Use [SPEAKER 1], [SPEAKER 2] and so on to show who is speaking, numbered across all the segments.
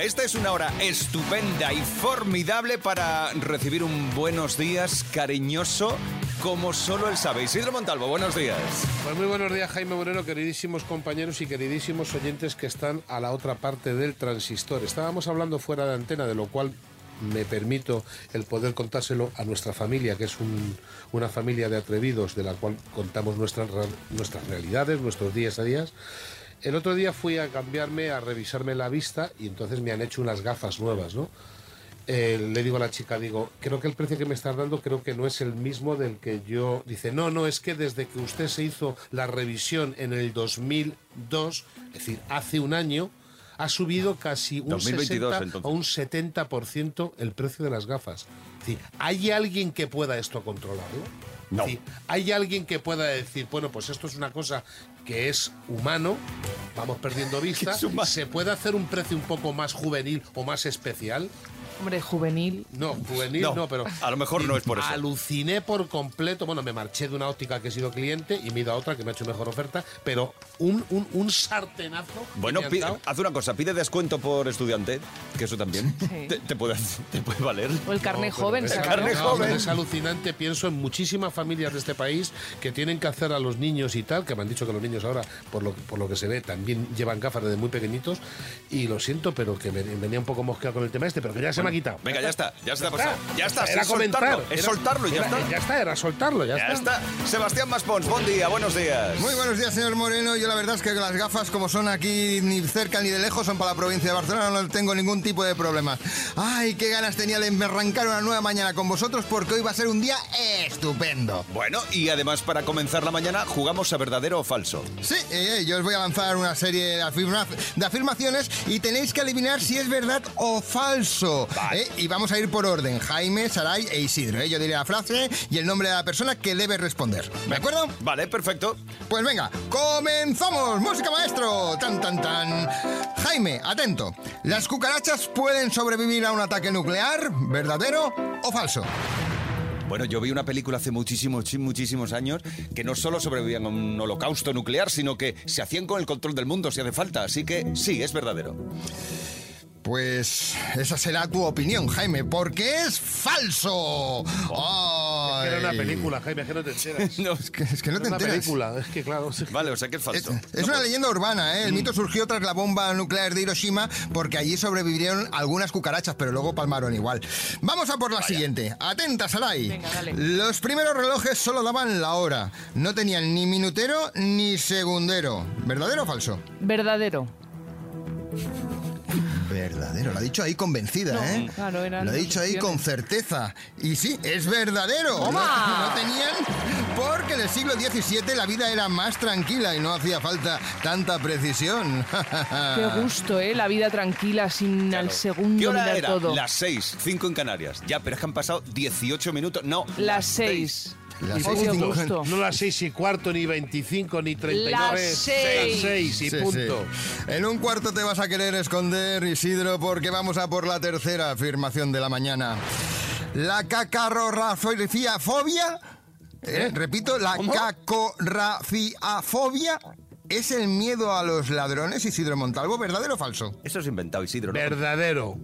[SPEAKER 1] Esta es una hora estupenda y formidable para recibir un buenos días cariñoso como solo él sabe. Isidro Montalvo, buenos días.
[SPEAKER 2] Pues muy buenos días, Jaime Moreno, queridísimos compañeros y queridísimos oyentes que están a la otra parte del transistor. Estábamos hablando fuera de antena, de lo cual me permito el poder contárselo a nuestra familia, que es un- una familia de atrevidos de la cual contamos nuestras, ra- nuestras realidades, nuestros días a días. El otro día fui a cambiarme, a revisarme la vista y entonces me han hecho unas gafas nuevas, ¿no? Eh, le digo a la chica, digo, creo que el precio que me estás dando creo que no es el mismo del que yo... Dice, no, no, es que desde que usted se hizo la revisión en el 2002, es decir, hace un año, ha subido casi un
[SPEAKER 1] 2022
[SPEAKER 2] 60
[SPEAKER 1] entonces.
[SPEAKER 2] o un 70% el precio de las gafas. Es decir, ¿hay alguien que pueda esto controlarlo?
[SPEAKER 1] No.
[SPEAKER 2] Es decir, ¿Hay alguien que pueda decir, bueno, pues esto es una cosa que es humano, vamos perdiendo vista,
[SPEAKER 1] es humano.
[SPEAKER 2] se puede hacer un precio un poco más juvenil o más especial?
[SPEAKER 3] Hombre, juvenil.
[SPEAKER 2] No, juvenil no, pero...
[SPEAKER 1] A lo mejor no es Ah, por eso.
[SPEAKER 2] Aluciné por completo. Bueno, me marché de una óptica que he sido cliente y me he ido a otra que me ha hecho mejor oferta, pero un, un, un sartenazo. que
[SPEAKER 1] Bueno,
[SPEAKER 2] me han
[SPEAKER 1] pi-
[SPEAKER 2] dado.
[SPEAKER 1] haz una cosa, pide descuento por estudiante, que eso también
[SPEAKER 3] Sí.
[SPEAKER 1] te, te puede, te puede valer.
[SPEAKER 3] O el carné
[SPEAKER 2] No,
[SPEAKER 3] joven,
[SPEAKER 2] pero
[SPEAKER 1] el
[SPEAKER 3] ¿sabes?
[SPEAKER 1] carné
[SPEAKER 2] no,
[SPEAKER 1] joven.
[SPEAKER 2] pero Es alucinante, pienso en muchísimas familias de este país que tienen que hacer a los niños y tal, que me han dicho que los niños ahora, por lo, por lo que se ve, también llevan gafas desde muy pequeñitos. Y lo siento, pero que me- venía un poco mosqueado con el tema este, pero que ya se me ha quitado.
[SPEAKER 1] Venga, ya está, ya está, pasado. Ya está,
[SPEAKER 2] Era
[SPEAKER 1] es soltarlo,
[SPEAKER 2] comentar,
[SPEAKER 1] es
[SPEAKER 2] era-
[SPEAKER 1] soltarlo y ya
[SPEAKER 2] era-
[SPEAKER 1] está.
[SPEAKER 2] Ya está, era soltarlo, ya,
[SPEAKER 1] Ya está. Sebastián Maspons, buen día, buenos días.
[SPEAKER 4] Muy buenos días, señor Moreno. Yo la verdad es que las gafas, como son aquí ni cerca ni de lejos, son para la provincia de Barcelona, no tengo ningún tipo de problema. Ay, qué ganas tenía de arrancar una nueva mañana con vosotros porque hoy va a ser un día estupendo.
[SPEAKER 1] Bueno, y además para comenzar la mañana jugamos a verdadero o falso.
[SPEAKER 4] Sí, eh, eh, yo os voy a lanzar una serie de, afirma- de afirmaciones y tenéis que adivinar si es verdad o falso.
[SPEAKER 1] Vale.
[SPEAKER 4] Eh, y vamos a ir por orden, Jaime, Saray e Isidro. eh. Yo diré la frase y el nombre de la persona que debe responder. ¿De acuerdo?
[SPEAKER 1] Vale, perfecto.
[SPEAKER 4] Pues venga, comenzamos. Música maestro. Tan tan tan. Jaime, atento. ¿Las cucarachas pueden sobrevivir a un ataque nuclear? ¿Verdadero o falso?
[SPEAKER 1] Bueno, yo vi una película hace muchísimos, chi- muchísimos años que no solo sobrevivían a un holocausto nuclear, sino que se hacían con el control del mundo si hace falta. Así que sí, es verdadero.
[SPEAKER 4] Pues esa será tu opinión, Jaime, porque es falso.
[SPEAKER 2] está. Era una
[SPEAKER 4] Ay.
[SPEAKER 2] película, Jaime, que no te enteras.
[SPEAKER 1] No,
[SPEAKER 4] Es que, es que no
[SPEAKER 2] Era
[SPEAKER 4] te
[SPEAKER 2] una
[SPEAKER 4] enteras.
[SPEAKER 2] película, es que claro. es que-
[SPEAKER 1] Vale, o sea que es
[SPEAKER 4] Es,
[SPEAKER 1] falso.
[SPEAKER 4] es
[SPEAKER 3] pues,
[SPEAKER 4] una leyenda urbana, ¿eh? El mito surgió tras la bomba nuclear de Hiroshima porque allí sobrevivieron algunas cucarachas, pero luego palmaron igual. Vamos a por la siguiente. Atenta, Sarai.
[SPEAKER 3] Venga, dale.
[SPEAKER 4] Los primeros relojes solo daban la hora. No tenían ni minutero ni segundero. ¿Verdadero o falso?
[SPEAKER 3] Verdadero.
[SPEAKER 4] Verdadero. Lo ha dicho ahí convencida,
[SPEAKER 3] No,
[SPEAKER 4] ¿eh?
[SPEAKER 3] claro, eran
[SPEAKER 4] Lo ha dicho ahí
[SPEAKER 3] opciones.
[SPEAKER 4] con certeza. Y sí, es verdadero. No,
[SPEAKER 3] ¡Toma!
[SPEAKER 4] no tenían porque en el siglo XVII la vida era más tranquila y no hacía falta tanta precisión. Ah.
[SPEAKER 3] Qué gusto, ¿eh? La vida tranquila sin al segundo
[SPEAKER 1] ¿Qué hora
[SPEAKER 3] mirar
[SPEAKER 1] era?
[SPEAKER 3] todo.
[SPEAKER 1] Las 6, 5 en Canarias. Ya, pero es que han pasado 18 minutos. No,
[SPEAKER 3] Las seis.
[SPEAKER 4] Las
[SPEAKER 3] Oh,
[SPEAKER 4] seis y
[SPEAKER 3] qué
[SPEAKER 4] cincuenta.
[SPEAKER 3] gusto.
[SPEAKER 2] No las seis y cuarto, ni 25, ni 39.
[SPEAKER 3] Las seis.
[SPEAKER 2] Las seis y
[SPEAKER 4] Sí,
[SPEAKER 2] punto.
[SPEAKER 4] sí. En un cuarto te vas a querer esconder, Isidro, porque vamos a por la tercera afirmación de la mañana. La cacorrafiafobia, eh, repito, la cacorrafiafobia es el miedo a los ladrones, Isidro Montalvo, ¿verdadero o falso?
[SPEAKER 1] Eso es inventado, Isidro. ¿no?
[SPEAKER 2] Verdadero.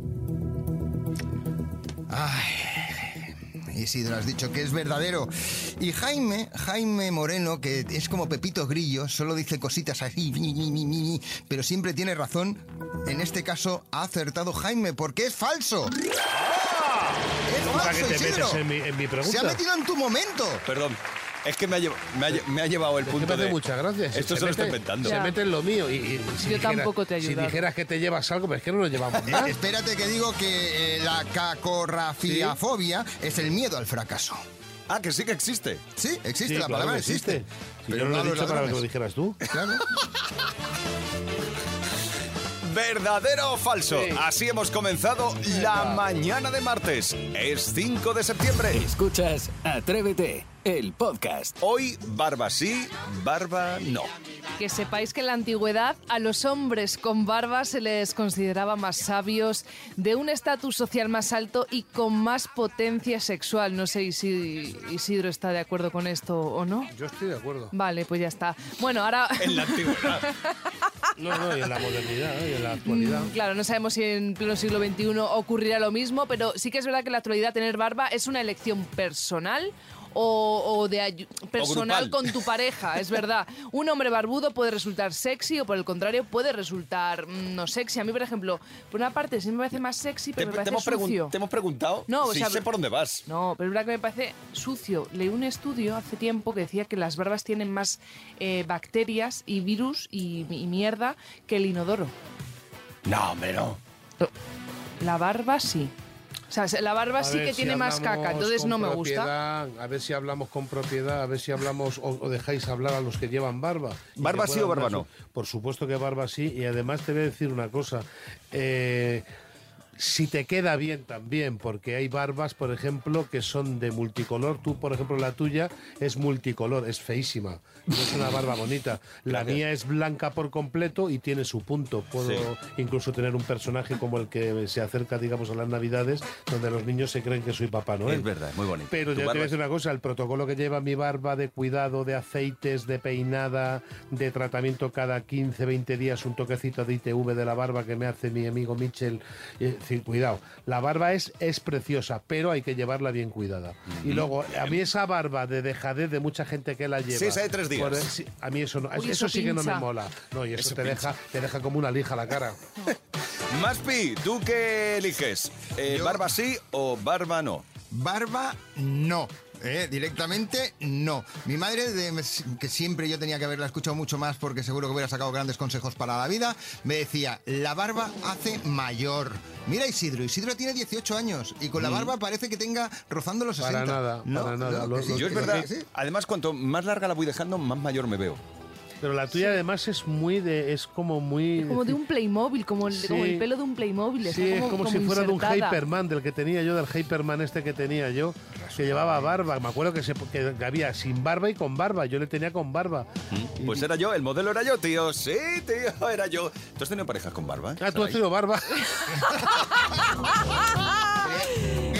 [SPEAKER 4] Isidro, has dicho que es verdadero. Y Jaime, Jaime Moreno, que es como Pepito Grillo, solo dice cositas así, ni, ni, ni, ni, ni, pero siempre tiene razón. En este caso ha acertado Jaime, porque es falso. Es
[SPEAKER 2] ¿Para qué
[SPEAKER 4] falso,
[SPEAKER 2] Ah, te
[SPEAKER 4] Isidro.
[SPEAKER 2] metes en mi, en
[SPEAKER 4] Se
[SPEAKER 2] mi
[SPEAKER 4] ha
[SPEAKER 2] pregunta?
[SPEAKER 4] metido en tu momento.
[SPEAKER 1] Perdón, es que me ha, llev- me ha lle- me ha llevado el
[SPEAKER 2] Es que
[SPEAKER 1] punto
[SPEAKER 2] me hace
[SPEAKER 1] de...
[SPEAKER 2] muchas gracias.
[SPEAKER 1] Esto se, lo está
[SPEAKER 2] mete-
[SPEAKER 1] inventando.
[SPEAKER 2] Se
[SPEAKER 3] Ya.
[SPEAKER 2] mete en lo mío. Y, y- y si
[SPEAKER 3] Yo
[SPEAKER 2] dijera-
[SPEAKER 3] tampoco te he
[SPEAKER 2] Si
[SPEAKER 3] ayudado.
[SPEAKER 2] dijeras que te llevas algo, pero es que no lo llevamos
[SPEAKER 4] Eh,
[SPEAKER 1] Este,
[SPEAKER 2] nada.
[SPEAKER 4] espérate que digo que eh, la cacorrafiafobia es el miedo al fracaso.
[SPEAKER 1] Ah, que sí que existe.
[SPEAKER 4] Sí, existe,
[SPEAKER 2] Sí,
[SPEAKER 4] la
[SPEAKER 2] claro
[SPEAKER 4] palabra
[SPEAKER 2] que
[SPEAKER 4] existe.
[SPEAKER 2] Si yo no
[SPEAKER 4] no
[SPEAKER 2] lo
[SPEAKER 4] a
[SPEAKER 2] he
[SPEAKER 4] los
[SPEAKER 2] dicho para que lo
[SPEAKER 4] ladrones.
[SPEAKER 2] dijeras tú.
[SPEAKER 4] Claro.
[SPEAKER 1] ¿Verdadero o falso? Así hemos comenzado la mañana de martes. Es 5 de septiembre.
[SPEAKER 5] Escuchas Atrévete, el podcast.
[SPEAKER 1] Hoy, barba sí, barba no.
[SPEAKER 3] Que sepáis que en la antigüedad a los hombres con barba se les consideraba más sabios, de un estatus social más alto y con más potencia sexual. No sé si Isidro está de acuerdo con esto o no.
[SPEAKER 2] Yo estoy de acuerdo.
[SPEAKER 3] Vale, pues ya está. Bueno, ahora...
[SPEAKER 1] En la antigüedad.
[SPEAKER 2] No, no, y en la modernidad, ¿eh? y en la actualidad.
[SPEAKER 3] Mm, Claro, no sabemos si en pleno siglo XXI ocurrirá lo mismo, pero sí que es verdad que en la actualidad tener barba es una elección personal. O, o de ayu- personal
[SPEAKER 1] grupal.
[SPEAKER 3] con tu pareja, es verdad. Un hombre barbudo puede resultar sexy o por el contrario puede resultar mm, no sexy. A mí, por ejemplo, por una parte sí me parece más sexy,
[SPEAKER 1] Te,
[SPEAKER 3] pero me
[SPEAKER 1] te hemos
[SPEAKER 3] parece
[SPEAKER 1] pregun-
[SPEAKER 3] sucio.
[SPEAKER 1] te hemos preguntado
[SPEAKER 3] No, o
[SPEAKER 1] si
[SPEAKER 3] sea,
[SPEAKER 1] sé por dónde vas.
[SPEAKER 3] No, pero es verdad que me parece sucio. Leí un estudio hace tiempo que decía que las barbas tienen más eh, bacterias y virus y- y mierda que el inodoro.
[SPEAKER 1] No, hombre, no.
[SPEAKER 3] La barba sí. O sea, la barba
[SPEAKER 2] A
[SPEAKER 3] sí
[SPEAKER 2] ver
[SPEAKER 3] que
[SPEAKER 2] si
[SPEAKER 3] tiene más
[SPEAKER 2] hablamos
[SPEAKER 3] caca, entonces
[SPEAKER 2] con
[SPEAKER 3] no me gusta.
[SPEAKER 2] propiedad, A ver si hablamos con propiedad, a ver si hablamos o, o dejáis hablar a los que llevan barba. Y
[SPEAKER 1] ¿Barba
[SPEAKER 2] que
[SPEAKER 1] sí o
[SPEAKER 2] puedan
[SPEAKER 1] barba
[SPEAKER 2] dar su- Por supuesto que barba sí, y además te voy a decir una cosa. eh, si te queda bien también, porque hay barbas, por ejemplo, que son de multicolor. Tú, por ejemplo, la tuya es multicolor, es feísima. No es una barba bonita. La
[SPEAKER 1] Gracias.
[SPEAKER 2] mía es blanca por completo y tiene su punto. Puedo
[SPEAKER 1] Sí.
[SPEAKER 2] incluso tener un personaje como el que se acerca, digamos, a las Navidades, donde los niños se creen que soy Papá Noel.
[SPEAKER 1] Es verdad, es muy bonito.
[SPEAKER 2] Pero
[SPEAKER 1] Tu
[SPEAKER 2] yo te voy
[SPEAKER 1] barba-
[SPEAKER 2] a decir una cosa, el protocolo que lleva mi barba de cuidado, de aceites, de peinada, de tratamiento cada 15, 20 días, un toquecito de ITV de la barba que me hace mi amigo Michel. eh, sí, cuidado, la barba es, es preciosa, pero hay que llevarla bien cuidada. Y luego, a mí esa barba de dejadez de mucha gente que la lleva...
[SPEAKER 1] esa de Em. tres días.
[SPEAKER 2] por- sí, a mí eso no,
[SPEAKER 3] Uy,
[SPEAKER 2] eso
[SPEAKER 3] eso
[SPEAKER 2] sí que no me
[SPEAKER 3] pincha.
[SPEAKER 2] mola. No, y eso,
[SPEAKER 1] Eso
[SPEAKER 2] te,
[SPEAKER 1] pincha.
[SPEAKER 2] deja, te deja como una lija la cara.
[SPEAKER 1] Maspi, ¿tú qué eliges? Eh,
[SPEAKER 4] Yo-
[SPEAKER 1] ¿Barba sí o barba no?
[SPEAKER 4] Barba, no. Eh, directamente no. Mi madre, de- que siempre yo tenía que haberla escuchado mucho más porque seguro que hubiera sacado grandes consejos para la vida, me decía, la barba hace mayor. Mira a Isidro, Isidro tiene 18 años y con la barba parece que tenga rozando los 60.
[SPEAKER 2] Mm. Para nada, para nada. Lo-
[SPEAKER 4] que sí,
[SPEAKER 2] lo-
[SPEAKER 1] Yo es
[SPEAKER 4] que
[SPEAKER 1] verdad,
[SPEAKER 4] que sí.
[SPEAKER 1] además cuanto más larga la voy dejando, más mayor me veo.
[SPEAKER 2] Pero la tuya además es muy de... es como muy...
[SPEAKER 3] Como de un Playmobil, como el, como
[SPEAKER 2] Sí.
[SPEAKER 3] el pelo de un Playmobil. está
[SPEAKER 2] Sí, es como, si fuera de un
[SPEAKER 3] insertada.
[SPEAKER 2] Hyperman, del que tenía yo, del Hyperman este que tenía yo, que llevaba barba. Me acuerdo que, se, que había sin barba y con barba. Yo le tenía con barba.
[SPEAKER 1] Pues era yo, el modelo era yo, tío. Sí, tío, era yo. ¿Tú has tenido parejas con barba?
[SPEAKER 2] Ah, tú has
[SPEAKER 1] Sarai?
[SPEAKER 2] tenido barba.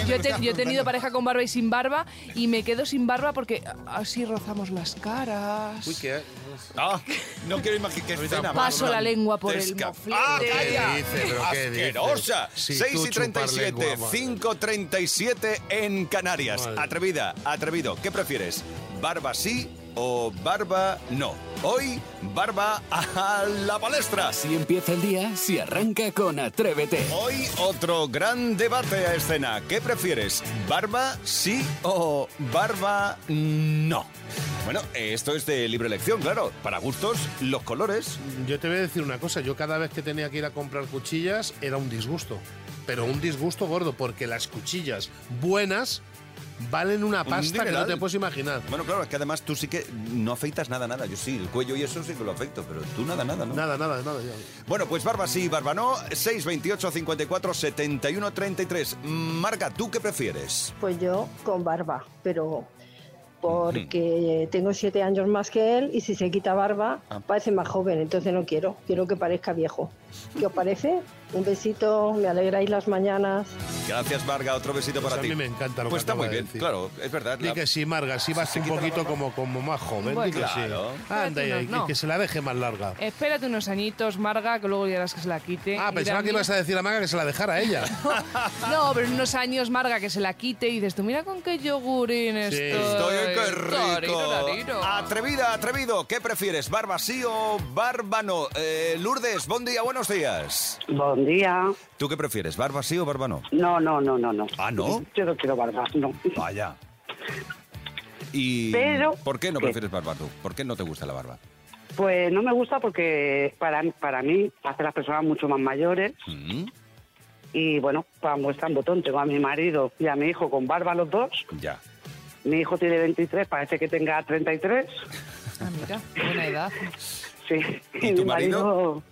[SPEAKER 3] Yo he, te- yo he tenido pareja con barba y sin barba y me quedo sin barba porque así rozamos las caras.
[SPEAKER 1] Ah, no quiero imaginar qué escena. más
[SPEAKER 3] Paso la lengua por el
[SPEAKER 1] dantesca.
[SPEAKER 3] moflete.
[SPEAKER 1] ¡Ah,
[SPEAKER 3] ¿Qué
[SPEAKER 1] calla!
[SPEAKER 2] dice, pero qué dice?
[SPEAKER 1] ¡Asquerosa!
[SPEAKER 2] Si
[SPEAKER 1] 6
[SPEAKER 2] tú
[SPEAKER 1] y
[SPEAKER 2] chupar
[SPEAKER 1] 37,
[SPEAKER 2] lengua, madre.
[SPEAKER 1] 5.37 en Canarias.
[SPEAKER 2] Madre.
[SPEAKER 1] Atrevida, atrevido. ¿Qué prefieres? ¿Barba sí o barba no? Hoy, barba a la palestra.
[SPEAKER 5] Si empieza el día, si arranca con Atrévete.
[SPEAKER 1] Hoy otro gran debate a escena. ¿Qué prefieres? ¿Barba sí o barba no? Bueno, esto es de libre elección, claro. Para gustos, los colores.
[SPEAKER 2] Yo te voy a decir una cosa. Yo cada vez que tenía que ir a comprar cuchillas era un disgusto. Pero un disgusto gordo, porque las cuchillas buenas valen una pasta que no
[SPEAKER 1] dineral.
[SPEAKER 2] te puedes imaginar.
[SPEAKER 1] Bueno, claro, es que además tú sí que no afeitas nada, nada. Yo sí, el cuello y eso sí que lo afecto, pero tú nada, nada, ¿no?
[SPEAKER 2] Nada, nada, nada. ya.
[SPEAKER 1] Bueno, pues barba sí, barba no. 628 54 71 33. Marga, ¿tú qué prefieres?
[SPEAKER 6] Pues yo con barba, pero porque tengo siete años más que él y si se quita barba
[SPEAKER 1] Ah.
[SPEAKER 6] parece más joven, entonces no quiero, quiero que parezca viejo. ¿Qué os parece? Un besito, me alegráis las mañanas.
[SPEAKER 1] Gracias, Marga. Otro besito
[SPEAKER 2] Pues
[SPEAKER 1] para
[SPEAKER 2] a
[SPEAKER 1] ti.
[SPEAKER 2] mí me encanta lo
[SPEAKER 1] Pues
[SPEAKER 2] que
[SPEAKER 1] está muy
[SPEAKER 2] acaba de
[SPEAKER 1] bien,
[SPEAKER 2] decir.
[SPEAKER 1] claro, es verdad.
[SPEAKER 2] Di
[SPEAKER 1] la-
[SPEAKER 2] que sí, Marga, sí vas
[SPEAKER 1] Se
[SPEAKER 2] un
[SPEAKER 1] quita la
[SPEAKER 2] poquito
[SPEAKER 1] barba.
[SPEAKER 2] como, como más joven. di
[SPEAKER 3] Bueno,
[SPEAKER 2] que sí.
[SPEAKER 1] claro.
[SPEAKER 2] Ah, Anda,
[SPEAKER 3] Espérate,
[SPEAKER 2] y-
[SPEAKER 3] no,
[SPEAKER 2] y que se la deje más larga.
[SPEAKER 3] Espérate unos añitos, Marga, que luego dirás que se la quite.
[SPEAKER 2] Ah,
[SPEAKER 3] eh, Y
[SPEAKER 2] pensaba
[SPEAKER 3] dirás,
[SPEAKER 2] que ibas a
[SPEAKER 3] "Mira".
[SPEAKER 2] decir a Maga que se la dejara a ella.
[SPEAKER 3] No, pero en unos años, Marga, que se la quite y dices tú, mira con qué yogurín estoy.
[SPEAKER 1] Estoy qué rico.
[SPEAKER 3] Tariro, tariro.
[SPEAKER 2] Ah,
[SPEAKER 1] Atrevida, atrevido. ¿Qué prefieres, barba sí o barba no? Eh, Lourdes, buen día, buenos días.
[SPEAKER 7] Buen día.
[SPEAKER 1] ¿Tú qué prefieres, barba sí o barba no?
[SPEAKER 7] No, no, no, no, no.
[SPEAKER 1] Ah, ¿no?
[SPEAKER 7] Yo no quiero barba, no.
[SPEAKER 1] Vaya. Y
[SPEAKER 7] Pero-
[SPEAKER 1] ¿Por qué no
[SPEAKER 7] ¿Qué?
[SPEAKER 1] prefieres barba tú? ¿Por qué no te gusta la barba?
[SPEAKER 7] Pues no me gusta porque para, para mí hace las personas mucho más mayores
[SPEAKER 1] Mm,
[SPEAKER 7] y bueno, para muestra un botón tengo a mi marido y a mi hijo con barba los dos.
[SPEAKER 1] ya.
[SPEAKER 7] Mi hijo tiene 23, parece que tenga 33.
[SPEAKER 3] Ah, mira, buena edad.
[SPEAKER 7] Sí.
[SPEAKER 1] ¿Y tu
[SPEAKER 7] mi
[SPEAKER 1] marido?
[SPEAKER 7] marido,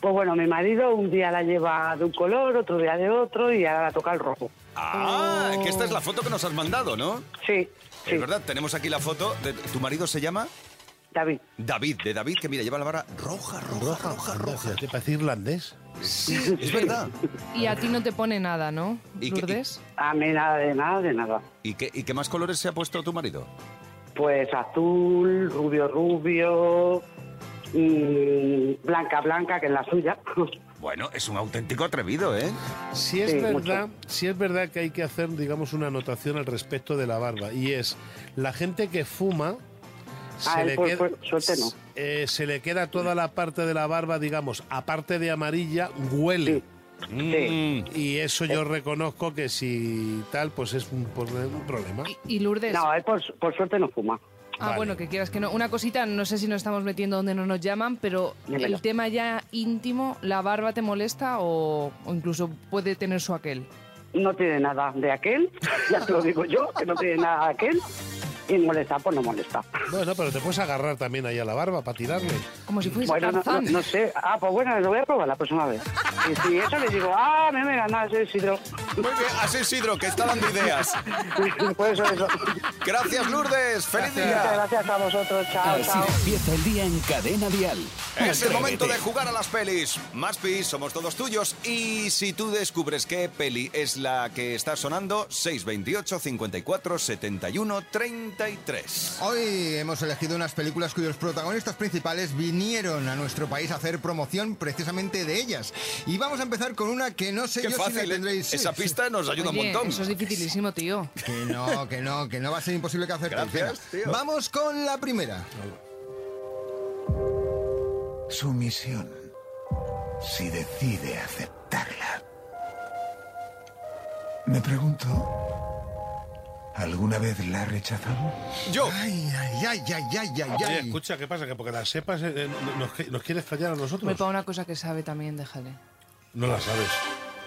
[SPEAKER 7] Pues bueno, mi marido un día la lleva de un color, otro día de otro y ahora la toca el rojo.
[SPEAKER 1] Ah, que esta es la foto que nos has mandado, ¿no?
[SPEAKER 7] Sí, sí,
[SPEAKER 1] Es verdad, tenemos aquí la foto. De, ¿Tu marido se llama?
[SPEAKER 7] David.
[SPEAKER 1] David, de David, que mira, lleva la vara roja, roja, roja, roja.
[SPEAKER 2] ¿Te parece irlandés?
[SPEAKER 1] Sí, es verdad.
[SPEAKER 3] Y a ti no te pone nada, ¿no,
[SPEAKER 1] ¿Y qué-
[SPEAKER 3] Lourdes?
[SPEAKER 7] A mí nada de nada, de nada.
[SPEAKER 1] ¿Y qué, ¿Y qué más colores se ha puesto tu marido?
[SPEAKER 7] Pues azul, rubio, rubio, mm, blanca, blanca, que es la suya.
[SPEAKER 1] Bueno, es un auténtico atrevido, ¿eh?
[SPEAKER 2] Si es,
[SPEAKER 7] Sí,
[SPEAKER 2] verdad, si es verdad que hay que hacer, digamos, una anotación al respecto de la barba, y es, la gente que fuma...
[SPEAKER 7] Ah, él por-
[SPEAKER 2] queda,
[SPEAKER 7] por suerte no.
[SPEAKER 2] eh, se le queda toda la parte de la barba, digamos, aparte de amarilla, huele.
[SPEAKER 7] Sí. Sí.
[SPEAKER 2] Y eso yo reconozco que si tal, pues es un, por- un problema.
[SPEAKER 3] Y, y Lourdes.
[SPEAKER 7] No, él por, su- por suerte no fuma.
[SPEAKER 3] Ah,
[SPEAKER 2] Vale.
[SPEAKER 3] bueno, que quieras que no. Una cosita, no sé si nos estamos metiendo donde no nos llaman, pero
[SPEAKER 7] Dímelo.
[SPEAKER 3] el tema ya íntimo, ¿la barba te molesta o, o incluso puede tener su aquel?
[SPEAKER 7] No tiene nada de aquel, ya te lo digo yo, que no tiene nada de aquel. Y molesta, pues no molesta.
[SPEAKER 2] Bueno, pero te puedes agarrar también ahí a la barba para tirarle.
[SPEAKER 3] Como si fuese
[SPEAKER 7] Bueno, no, no-
[SPEAKER 3] Tarzán.
[SPEAKER 7] no sé. Ah, pues bueno, lo voy a probar la próxima vez. Y si eso le digo, ah, me me ganas el sidro.
[SPEAKER 1] Muy bien, así Isidro, que está dando ideas.
[SPEAKER 7] Por Pues eso, eso.
[SPEAKER 1] Gracias, Lourdes. ¡Feliz
[SPEAKER 7] Muchas
[SPEAKER 1] día!
[SPEAKER 7] gracias a vosotros. Chao,
[SPEAKER 5] Así
[SPEAKER 7] chao.
[SPEAKER 5] empieza el día en Cadena Dial.
[SPEAKER 1] Es el
[SPEAKER 5] Atrévete.
[SPEAKER 1] momento de jugar a las pelis. Maspi, somos todos tuyos. Y si tú descubres qué peli es la que está sonando, 628 54 71 33.
[SPEAKER 4] Hoy hemos elegido unas películas cuyos protagonistas principales vinieron a nuestro país a hacer promoción precisamente de ellas. Y vamos a empezar con una que no sé
[SPEAKER 1] Qué
[SPEAKER 4] yo si
[SPEAKER 1] fácil,
[SPEAKER 4] la
[SPEAKER 1] ¿eh?
[SPEAKER 4] tendréis.
[SPEAKER 1] Esa
[SPEAKER 4] Sí, sí.
[SPEAKER 1] pista nos ayuda un
[SPEAKER 3] Oye,
[SPEAKER 1] montón.
[SPEAKER 3] Eso es dificilísimo, tío.
[SPEAKER 4] Que no, que no, que no va a ser imposible que acertéis.
[SPEAKER 1] Gracias,
[SPEAKER 4] Venga,
[SPEAKER 1] tío.
[SPEAKER 4] Vamos con la primera.
[SPEAKER 8] su misión si decide aceptarla. Me pregunto, ¿alguna vez la ha rechazado?
[SPEAKER 1] Yo.
[SPEAKER 4] Ay, ay, ay, ay, ay, ay,
[SPEAKER 2] Oye,
[SPEAKER 4] ay.
[SPEAKER 2] escucha, ¿qué pasa? Que porque la sepas, eh, eh, nos, nos quieres callar a
[SPEAKER 3] Me
[SPEAKER 2] nosotros.
[SPEAKER 3] para una cosa que sabe también, déjale.
[SPEAKER 2] No la sabes.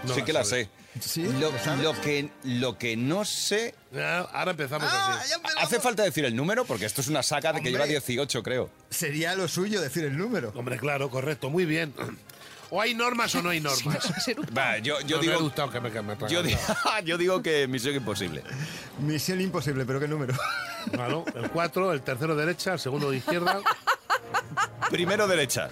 [SPEAKER 2] No
[SPEAKER 1] sí que la
[SPEAKER 2] sabes.
[SPEAKER 1] sé.
[SPEAKER 4] Sí,
[SPEAKER 1] Lo,
[SPEAKER 4] ¿lo sabes?
[SPEAKER 1] lo que, lo que no sé...
[SPEAKER 2] Ah, ahora empezamos
[SPEAKER 4] Ah,
[SPEAKER 2] así.
[SPEAKER 4] ya empezamos.
[SPEAKER 1] pues Hace falta decir el número porque esto es una saga de que lleva
[SPEAKER 4] Hombre.
[SPEAKER 1] 18, creo.
[SPEAKER 4] Sería lo suyo decir el número.
[SPEAKER 2] Hombre, claro, correcto, muy bien. O hay normas o no hay normas.
[SPEAKER 1] Va, yo, yo
[SPEAKER 2] No, no he
[SPEAKER 1] digo...
[SPEAKER 2] gustado que me, que me
[SPEAKER 1] Yo, di-
[SPEAKER 2] atragantara.
[SPEAKER 1] yo digo que Misión Imposible.
[SPEAKER 4] Misión imposible, pero ¿qué número?
[SPEAKER 2] Claro, el 4, el tercero derecha, el segundo izquierda.
[SPEAKER 3] ¡Eh!
[SPEAKER 1] Primero derecha.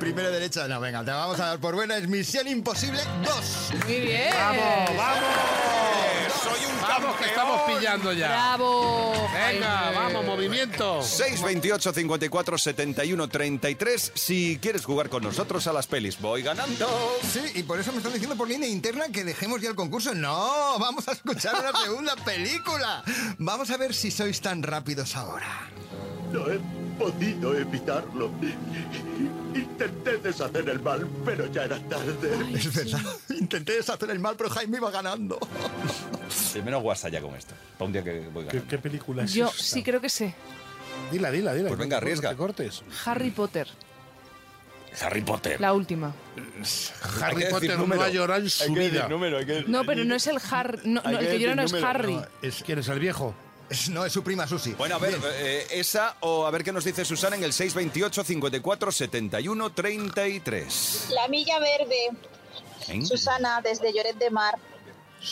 [SPEAKER 4] Primero derecha, no, venga, te la vamos a dar por buena. Es Misión Imposible 2.
[SPEAKER 3] Muy bien.
[SPEAKER 2] ¡Vamos, vamos!
[SPEAKER 1] ¡Eh! Soy un
[SPEAKER 2] ¡Vamos, que estamos pillando ya!
[SPEAKER 3] Bravo.
[SPEAKER 2] ¡Venga,
[SPEAKER 3] Jaime.
[SPEAKER 2] vamos, movimiento!
[SPEAKER 1] 628 54 71 33 si quieres jugar con nosotros a las pelis. Voy ganando.
[SPEAKER 4] Sí, y por eso me están diciendo por línea interna que dejemos ya el concurso. No, vamos a escuchar una segunda película. Vamos a ver si sois tan rápidos ahora.
[SPEAKER 9] No he podido evitarlo. Intenté deshacer el mal, pero ya era tarde.
[SPEAKER 4] es verdad. Intenté deshacer el mal, pero Jaime iba ganando.
[SPEAKER 1] Primero WhatsApp ya con esto. Para un día que voy
[SPEAKER 2] ¿Qué,
[SPEAKER 1] ganando.
[SPEAKER 2] qué película es
[SPEAKER 3] Yo
[SPEAKER 2] esta?
[SPEAKER 3] sí creo que sé.
[SPEAKER 2] Dila, dila, dila.
[SPEAKER 1] Pues
[SPEAKER 2] que
[SPEAKER 1] venga,
[SPEAKER 2] no te
[SPEAKER 1] arriesga.
[SPEAKER 2] cortes.
[SPEAKER 3] Harry Potter,
[SPEAKER 1] Harry Potter.
[SPEAKER 3] la última.
[SPEAKER 2] Harry
[SPEAKER 1] decir
[SPEAKER 2] Potter no
[SPEAKER 1] número.
[SPEAKER 2] va a llorar en
[SPEAKER 1] Hay
[SPEAKER 2] su
[SPEAKER 1] que decir
[SPEAKER 2] vida.
[SPEAKER 1] número, hay que decir-
[SPEAKER 3] No, pero no es el Harry. No, no,
[SPEAKER 9] Hay
[SPEAKER 3] el
[SPEAKER 9] que
[SPEAKER 3] que llora no es
[SPEAKER 9] decir número,
[SPEAKER 3] Harry.
[SPEAKER 2] Ah, Es- ¿Quién es el viejo?
[SPEAKER 4] Es- No, es su prima Susi.
[SPEAKER 1] Bueno, a ver,
[SPEAKER 4] Bien.
[SPEAKER 1] eh, esa o a ver qué nos dice Susana en el 628 54 71 33.
[SPEAKER 10] La Milla Verde,
[SPEAKER 1] ¿Eh?
[SPEAKER 10] Susana, desde Lloret de Mar.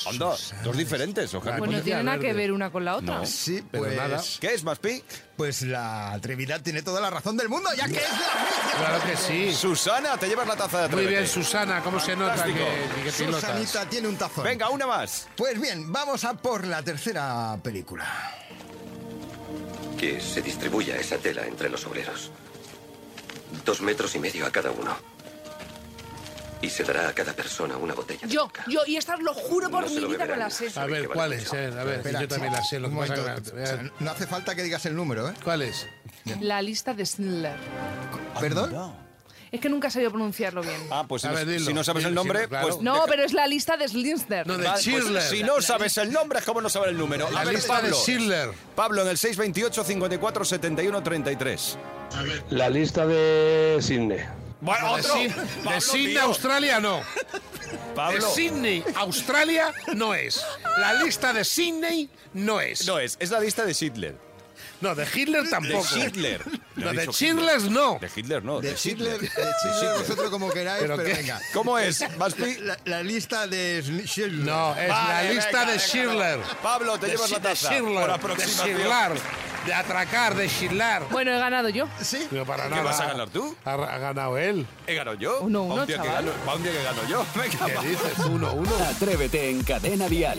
[SPEAKER 1] Anda, dos diferentes, o Harry
[SPEAKER 3] Pues no
[SPEAKER 2] Potter
[SPEAKER 3] tiene nada que
[SPEAKER 2] verde.
[SPEAKER 3] ver una con la otra.
[SPEAKER 1] No.
[SPEAKER 4] Sí,
[SPEAKER 2] Pero
[SPEAKER 4] pues,
[SPEAKER 2] nada.
[SPEAKER 1] Potter. ¿Qué es, Maspi?
[SPEAKER 4] pues la atrevida tiene toda la razón del mundo, ya que es la
[SPEAKER 2] Claro que sí.
[SPEAKER 1] Susana, te llevas la taza de
[SPEAKER 2] Muy
[SPEAKER 1] Atrévete.
[SPEAKER 2] bien, Susana, ¿cómo se nota que,
[SPEAKER 1] Fantástico.
[SPEAKER 2] que pilotas?
[SPEAKER 4] Susanita tiene un tazón.
[SPEAKER 1] Venga, una más.
[SPEAKER 4] Pues bien, vamos a por la tercera película.
[SPEAKER 11] Que se distribuya esa tela entre los obreros. Dos metros y medio a cada uno. Y se dará a cada persona una botella. de
[SPEAKER 3] Yo,
[SPEAKER 11] vodka.
[SPEAKER 3] yo, y esta lo juro por
[SPEAKER 11] No se
[SPEAKER 3] mi
[SPEAKER 11] lo
[SPEAKER 3] vida que
[SPEAKER 11] beberán.
[SPEAKER 3] la sé.
[SPEAKER 2] A ver, ¿cuál es? Eh, A ver,
[SPEAKER 4] Espera,
[SPEAKER 2] yo también la sé. Lo
[SPEAKER 4] un
[SPEAKER 2] que pasa
[SPEAKER 4] momento.
[SPEAKER 2] que
[SPEAKER 4] O sea,
[SPEAKER 2] la-
[SPEAKER 4] no hace falta que digas el número, ¿eh?
[SPEAKER 2] ¿Cuál es?
[SPEAKER 3] La lista de Schindler.
[SPEAKER 4] ¿Perdón?
[SPEAKER 3] Es que nunca he sabido pronunciarlo bien.
[SPEAKER 1] Ah, pues si,
[SPEAKER 2] A
[SPEAKER 1] no,
[SPEAKER 2] ver, dilo.
[SPEAKER 1] si no sabes
[SPEAKER 2] Dilo,
[SPEAKER 1] el
[SPEAKER 2] sí,
[SPEAKER 1] nombre,
[SPEAKER 2] claro.
[SPEAKER 1] pues...
[SPEAKER 3] No, pero es la lista de Schindler.
[SPEAKER 2] No, de
[SPEAKER 1] Vale, pues,
[SPEAKER 2] Schindler.
[SPEAKER 1] si no sabes el nombre, es como no saber el número.
[SPEAKER 2] La
[SPEAKER 1] A ver,
[SPEAKER 2] lista de
[SPEAKER 1] Pablo.
[SPEAKER 2] Schindler.
[SPEAKER 1] Pablo, en el 628 54 71 33.
[SPEAKER 12] La lista de Sidney.
[SPEAKER 1] Bueno,
[SPEAKER 2] De Syd- de Sydney, Australia, no. De
[SPEAKER 1] Pablo.
[SPEAKER 2] Sydney, Australia, no es. La lista de Sydney no es.
[SPEAKER 1] No es, es la lista de Schindler.
[SPEAKER 2] No, de Hitler tampoco.
[SPEAKER 1] De Hitler.
[SPEAKER 2] No,
[SPEAKER 1] He
[SPEAKER 2] de
[SPEAKER 1] dicho
[SPEAKER 2] Schindler no.
[SPEAKER 1] De Hitler no.
[SPEAKER 4] De Hitler, de Hitler, vosotros como queráis, pero,
[SPEAKER 2] ¿Pero qué?
[SPEAKER 4] venga.
[SPEAKER 1] ¿Cómo es, Baspi?
[SPEAKER 4] La, la lista de Schindler.
[SPEAKER 2] No, es
[SPEAKER 4] Vale,
[SPEAKER 2] la lista
[SPEAKER 4] venga,
[SPEAKER 2] de
[SPEAKER 4] venga,
[SPEAKER 2] Schindler.
[SPEAKER 4] venga.
[SPEAKER 1] Pablo, te
[SPEAKER 2] De
[SPEAKER 1] llevas
[SPEAKER 2] Shi-
[SPEAKER 1] la taza,
[SPEAKER 2] De
[SPEAKER 1] por
[SPEAKER 2] Schindler. de
[SPEAKER 1] aproximación.
[SPEAKER 2] Schindler. De atracar, de Schindler.
[SPEAKER 3] Bueno, he ganado yo.
[SPEAKER 4] Sí.
[SPEAKER 2] Pero para
[SPEAKER 1] ¿Qué
[SPEAKER 2] nada.
[SPEAKER 1] vas a ganar tú?
[SPEAKER 2] Ha, ha ganado él.
[SPEAKER 1] ¿He ganado yo?
[SPEAKER 3] Uno,
[SPEAKER 1] Pa'
[SPEAKER 3] uno,
[SPEAKER 1] un día que
[SPEAKER 3] chaval.
[SPEAKER 1] gano, pa' un día que gano yo. Venga, va.
[SPEAKER 2] ¿Qué dices? Uno, uno.
[SPEAKER 5] Atrévete en Cadena Dial.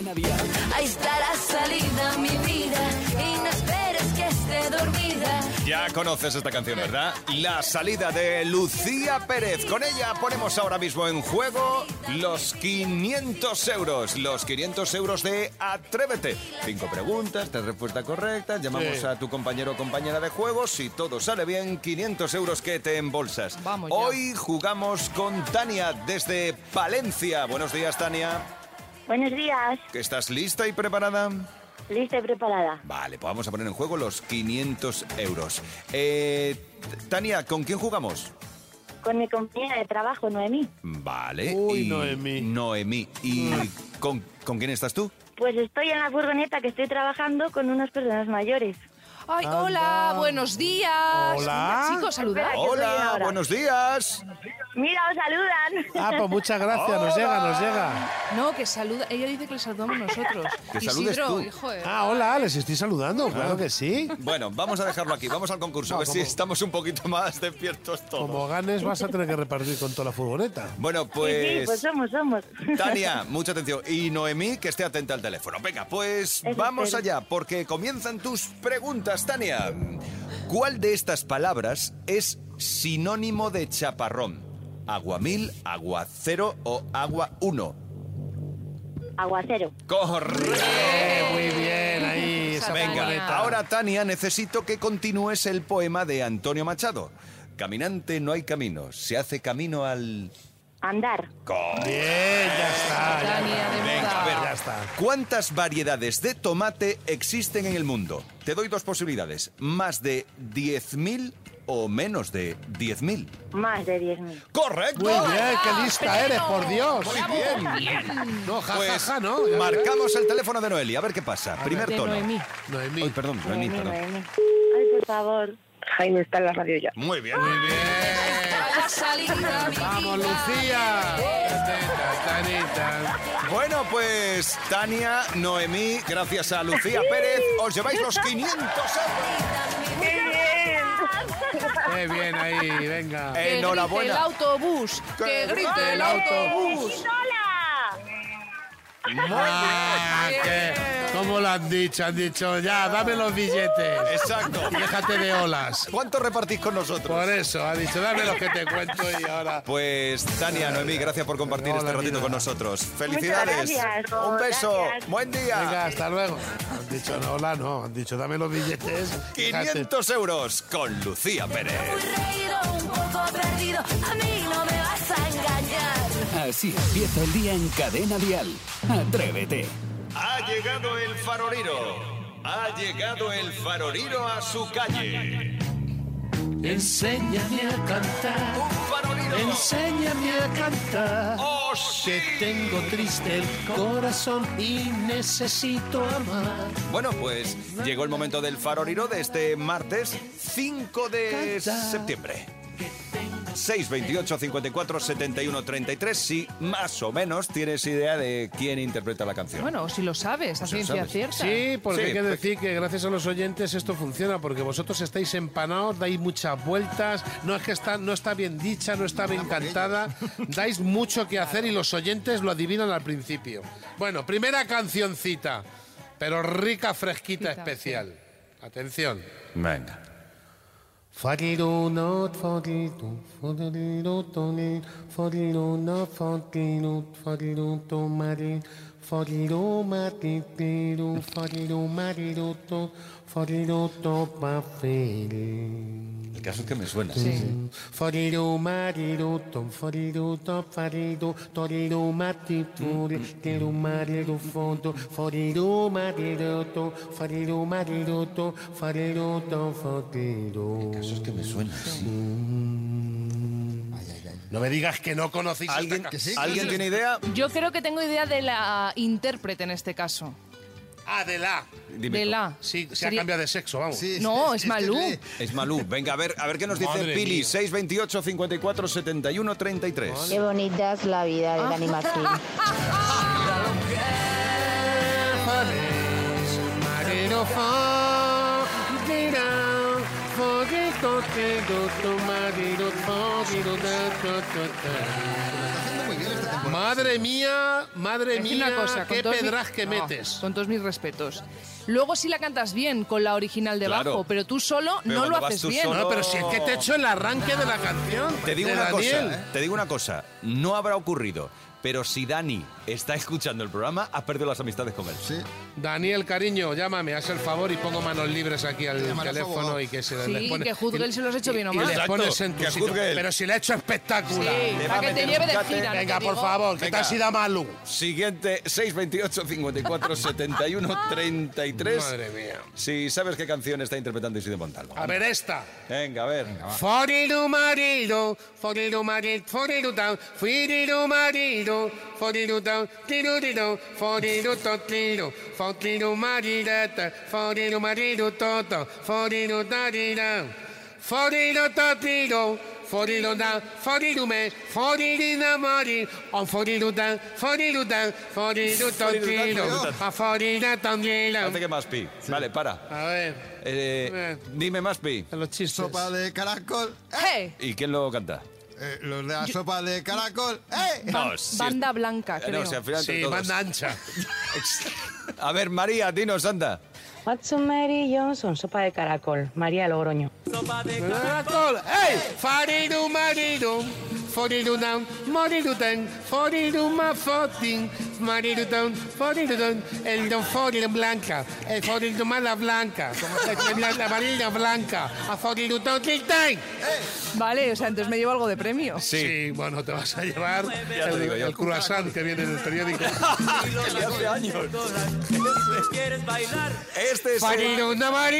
[SPEAKER 13] Ahí está la salida, mi vida. Y no esperes que esté dormida.
[SPEAKER 1] Ya conoces esta canción, ¿verdad? La salida de Lucía Pérez. Con ella ponemos ahora mismo en juego los 500 euros. Los 500 euros de Atrévete. Cinco preguntas, tres respuestas correctas. Llamamos
[SPEAKER 2] Sí.
[SPEAKER 1] a tu compañero o compañera de juego. Si todo sale bien, 500 euros que te embolsas.
[SPEAKER 3] Vamos ya.
[SPEAKER 1] Hoy jugamos con Tania desde Palencia. Buenos días, Tania.
[SPEAKER 14] Buenos días,
[SPEAKER 1] ¿Que ¿Estás lista y preparada?
[SPEAKER 14] lista y preparada.
[SPEAKER 1] Vale, pues vamos a poner en juego los 500 euros. Eh, Tania, ¿con quién jugamos?
[SPEAKER 14] Con mi compañera de trabajo, Noemí.
[SPEAKER 1] Vale.
[SPEAKER 2] Uy,
[SPEAKER 1] y-
[SPEAKER 2] Noemí. Mm.
[SPEAKER 1] Noemí. ¿Y con, con quién estás tú?
[SPEAKER 14] Pues estoy en la furgoneta que estoy trabajando con unas personas mayores.
[SPEAKER 3] Ay, hola, buenos días.
[SPEAKER 2] Hola.
[SPEAKER 3] Chicos, saludad.
[SPEAKER 14] Espera, que estoy
[SPEAKER 1] Hola,
[SPEAKER 14] ahora.
[SPEAKER 1] buenos días.
[SPEAKER 14] Mira, os saludan.
[SPEAKER 2] Ah, pues muchas gracias. Nos llega, nos llega.
[SPEAKER 3] No, que saluda. Ella dice que le saludamos nosotros.
[SPEAKER 1] Que saludes
[SPEAKER 3] Isidro,
[SPEAKER 1] tú.
[SPEAKER 3] hijo de-
[SPEAKER 2] Ah, hola, les estoy saludando. Claro que sí.
[SPEAKER 1] Bueno, vamos a dejarlo aquí, vamos al concurso, a
[SPEAKER 2] No,
[SPEAKER 1] ver si
[SPEAKER 2] como-
[SPEAKER 1] estamos un poquito más despiertos todos.
[SPEAKER 2] Como ganes, vas a tener que repartir con toda la furgoneta.
[SPEAKER 1] Bueno,
[SPEAKER 14] Sí, sí, pues
[SPEAKER 1] pues...
[SPEAKER 14] somos, somos.
[SPEAKER 1] Tania, mucha atención. Y Noemí, que esté atenta al teléfono. Venga, pues
[SPEAKER 14] Eso
[SPEAKER 1] vamos
[SPEAKER 14] espero.
[SPEAKER 1] allá, porque comienzan tus preguntas, Tania. ¿Cuál de estas palabras es sinónimo de chaparrón? ¿Agua mil, agua cero o agua uno?
[SPEAKER 14] Aguacero.
[SPEAKER 1] ¡Correcto!
[SPEAKER 2] Muy bien, ahí. esa
[SPEAKER 1] Venga,
[SPEAKER 2] furgoneta.
[SPEAKER 1] ahora Tania, necesito que continúes el poema de Antonio Machado. Caminante no hay camino, se hace camino al...
[SPEAKER 14] Andar.
[SPEAKER 1] Co-
[SPEAKER 2] Bien, ya está. ya
[SPEAKER 3] Tania de
[SPEAKER 1] Venga, a
[SPEAKER 3] moda.
[SPEAKER 1] ver,
[SPEAKER 2] Ya está.
[SPEAKER 1] ¿Cuántas variedades de tomate existen en el mundo? Te doy dos posibilidades, más de 10.000 o menos de 10.000.
[SPEAKER 14] Más de 10.000.
[SPEAKER 1] ¡Correcto!
[SPEAKER 2] Muy bien, qué lista
[SPEAKER 3] Pero-
[SPEAKER 2] eres, por Dios.
[SPEAKER 1] Muy bien.
[SPEAKER 2] No, ja,
[SPEAKER 1] Pues
[SPEAKER 2] ja, ja, ¿no? Ya verás.
[SPEAKER 1] marcamos el teléfono de Noelia, a ver qué pasa. Primer
[SPEAKER 3] De
[SPEAKER 1] tono.
[SPEAKER 3] Noemí.
[SPEAKER 2] Noemí.
[SPEAKER 1] Ay, perdón, Noemí,
[SPEAKER 14] Noemí,
[SPEAKER 1] perdón.
[SPEAKER 14] Noemí. Ay, por favor.
[SPEAKER 6] Jaime está en la radio ya.
[SPEAKER 1] Muy bien, muy bien.
[SPEAKER 3] A la salida, mi vida.
[SPEAKER 2] Vamos, Lucía. Tanita,
[SPEAKER 1] Bueno, pues Tania, Noemí, gracias a Lucía Pérez, os lleváis los 500 euros.
[SPEAKER 2] tanita. Qué Eh, bien ahí, venga.
[SPEAKER 3] Que grite el
[SPEAKER 1] Enhorabuena.
[SPEAKER 3] autobús. Que grite el autobús.
[SPEAKER 14] ¡Hola!
[SPEAKER 2] Ah, que- ¿Cómo lo han dicho? Han dicho, ya, dame los billetes.
[SPEAKER 1] Exacto.
[SPEAKER 2] Y déjate de olas.
[SPEAKER 1] ¿Cuánto repartís con nosotros?
[SPEAKER 2] Por eso, ha dicho, dame los que te cuento y ahora.
[SPEAKER 1] Pues Tania, Noemí, gracias por compartir
[SPEAKER 2] Hola,
[SPEAKER 1] este ratito
[SPEAKER 2] mira.
[SPEAKER 1] con nosotros. Felicidades.
[SPEAKER 14] gracias.
[SPEAKER 1] Un beso.
[SPEAKER 14] Gracias.
[SPEAKER 1] Buen día.
[SPEAKER 2] Venga, hasta luego. Han dicho, no, hola, no. Han dicho, dame los billetes. Déjate-
[SPEAKER 1] 500 euros con Lucía Pérez.
[SPEAKER 13] Muy reído, un poco perdido. A mí no me vas a engañar.
[SPEAKER 5] Así empieza el día en Cadena Dial. Atrévete.
[SPEAKER 1] Ha llegado el faroliro. Ha llegado el faroliro a su calle.
[SPEAKER 8] Enséñame a cantar,
[SPEAKER 1] Un faroliro.
[SPEAKER 8] enséñame a cantar.
[SPEAKER 1] ¡Oh, sí!
[SPEAKER 8] Que tengo triste el corazón y necesito amar.
[SPEAKER 1] Bueno, pues llegó el momento del faroliro de este martes 5 de septiembre. 628 54 71 33 si más o menos tienes idea de quién interpreta la canción.
[SPEAKER 3] Bueno, si lo sabes, a
[SPEAKER 1] Si lo
[SPEAKER 3] ciencia
[SPEAKER 1] sabes.
[SPEAKER 3] cierta.
[SPEAKER 2] Sí, porque
[SPEAKER 1] Sí,
[SPEAKER 2] hay que
[SPEAKER 1] pues-
[SPEAKER 2] decir que gracias a los oyentes esto funciona, porque vosotros estáis empanados, dais muchas vueltas, no es que está, no está bien dicha, no está bien cantada, dais mucho que hacer y los oyentes lo adivinan al principio. Bueno, primera cancioncita, pero rica, fresquita,
[SPEAKER 3] Fresquita,
[SPEAKER 2] especial. Atención.
[SPEAKER 1] Venga. El caso es que me suena.
[SPEAKER 3] Sí.
[SPEAKER 8] Foriru mariru tom foriru tom fariru toriru matituri tiru mariru fondo foriru mariru tom foriru mariru tom fariru tom foriru.
[SPEAKER 1] que me suena.
[SPEAKER 8] Mm.
[SPEAKER 2] No me digas que no conocéis esta
[SPEAKER 1] ¿Alguien,
[SPEAKER 2] canción.
[SPEAKER 1] ¿alguien tiene idea?
[SPEAKER 3] Yo creo que tengo idea de la intérprete en este caso.
[SPEAKER 2] Ah, de la.
[SPEAKER 1] Dime
[SPEAKER 3] de
[SPEAKER 1] tú.
[SPEAKER 3] la.
[SPEAKER 2] Sí, se ha
[SPEAKER 3] Sería-
[SPEAKER 2] cambiado de sexo, vamos.
[SPEAKER 3] No, es Malú.
[SPEAKER 1] Es Malú. Venga, a ver, a ver qué nos dice
[SPEAKER 2] Madre
[SPEAKER 1] Pili.
[SPEAKER 2] mía.
[SPEAKER 1] 628 54 71 33.
[SPEAKER 15] Qué bonita es la vida del animación.
[SPEAKER 8] Marero fo, mira, foguito, te do, tu marero, foguito, da, ta, ta, ta.
[SPEAKER 2] este Madre mía, madre
[SPEAKER 3] Decir
[SPEAKER 2] mía,
[SPEAKER 3] una cosa, con
[SPEAKER 2] qué
[SPEAKER 3] todos mis-
[SPEAKER 2] pedraz que
[SPEAKER 3] No,
[SPEAKER 2] metes.
[SPEAKER 3] Con todos mis respetos. Luego sí la cantas bien con la original debajo,
[SPEAKER 1] Claro.
[SPEAKER 3] pero tú solo
[SPEAKER 1] Pero
[SPEAKER 3] no
[SPEAKER 1] cuando
[SPEAKER 3] lo
[SPEAKER 1] vas
[SPEAKER 3] haces
[SPEAKER 1] tú
[SPEAKER 3] bien.
[SPEAKER 1] solo-
[SPEAKER 2] No, pero si es que te he hecho el arranque de la canción.
[SPEAKER 1] Te digo
[SPEAKER 2] de
[SPEAKER 1] una
[SPEAKER 2] Daniel. ¿eh?
[SPEAKER 1] cosa, ¿eh? te digo una cosa, no habrá ocurrido, pero si Dani está escuchando el programa, has perdido las amistades con él. Sí.
[SPEAKER 2] Daniel, cariño, llámame, haz el favor y pongo manos libres aquí al
[SPEAKER 1] Llámale al
[SPEAKER 2] teléfono
[SPEAKER 1] abogado.
[SPEAKER 2] y que se
[SPEAKER 3] Sí,
[SPEAKER 2] les pone-
[SPEAKER 3] que juzgue él si lo has hecho bien o
[SPEAKER 2] y
[SPEAKER 3] mal.
[SPEAKER 2] les pones en tu
[SPEAKER 1] que
[SPEAKER 2] sitio.
[SPEAKER 1] juzgue él.
[SPEAKER 2] Pero si le ha hecho espectacular.
[SPEAKER 3] Sí, Le va para a que te meter un lleve de cate. gira, no
[SPEAKER 2] Venga,
[SPEAKER 3] te
[SPEAKER 2] por
[SPEAKER 3] digo.
[SPEAKER 2] favor, que te
[SPEAKER 1] Venga.
[SPEAKER 2] has ido a Malú.
[SPEAKER 1] Siguiente, 628 54 71 33.
[SPEAKER 2] Madre mía.
[SPEAKER 1] Si sabes qué canción está interpretando Isidro Montalvo.
[SPEAKER 2] A ver esta.
[SPEAKER 1] Venga, a ver.
[SPEAKER 8] Forido marido, forido marido, forido down, forido marido, forido down, tiro tiro, forido totiro, forido maridata, forido marido toto, forido darida, forido totiro, forido down, forido me, forido namari, on forido down, forido down, forido totiro, a forida también.
[SPEAKER 1] Hace que más pi. Vale, para.
[SPEAKER 2] A ver.
[SPEAKER 1] Eh, dime más pi.
[SPEAKER 2] Los chistes.
[SPEAKER 4] Sopa de caracol.
[SPEAKER 3] ¡Hey!
[SPEAKER 1] ¿Y quién lo canta?
[SPEAKER 4] Eh, los de la sopa de caracol. ¡Eh!
[SPEAKER 16] Pues
[SPEAKER 1] No, si es-
[SPEAKER 3] Banda blanca, creo.
[SPEAKER 1] No, si al final entre
[SPEAKER 2] Sí,
[SPEAKER 1] todos.
[SPEAKER 2] banda ancha.
[SPEAKER 1] A ver, María, dinos, anda.
[SPEAKER 17] Matsumeri Johnson, sopa de caracol, María Logroño.
[SPEAKER 2] Ah,
[SPEAKER 8] Caracol, ¡Ey! Faridu maridu, foridu down, moridu ten, foridu ma fotin, maridu down, foridu down, el don foridu blanca, el foridu mala blanca, el la la amarilla blanca, a foridu don tritén.
[SPEAKER 3] Vale, o sea, entonces me llevo algo de premio.
[SPEAKER 2] Sí. bueno, te vas a llevar
[SPEAKER 3] Ya te
[SPEAKER 2] el,
[SPEAKER 3] digo yo.
[SPEAKER 2] el croissant que viene en el periódico.
[SPEAKER 1] hace años.
[SPEAKER 13] ¿Quieres bailar?
[SPEAKER 1] Este es
[SPEAKER 13] Farino
[SPEAKER 1] Venga,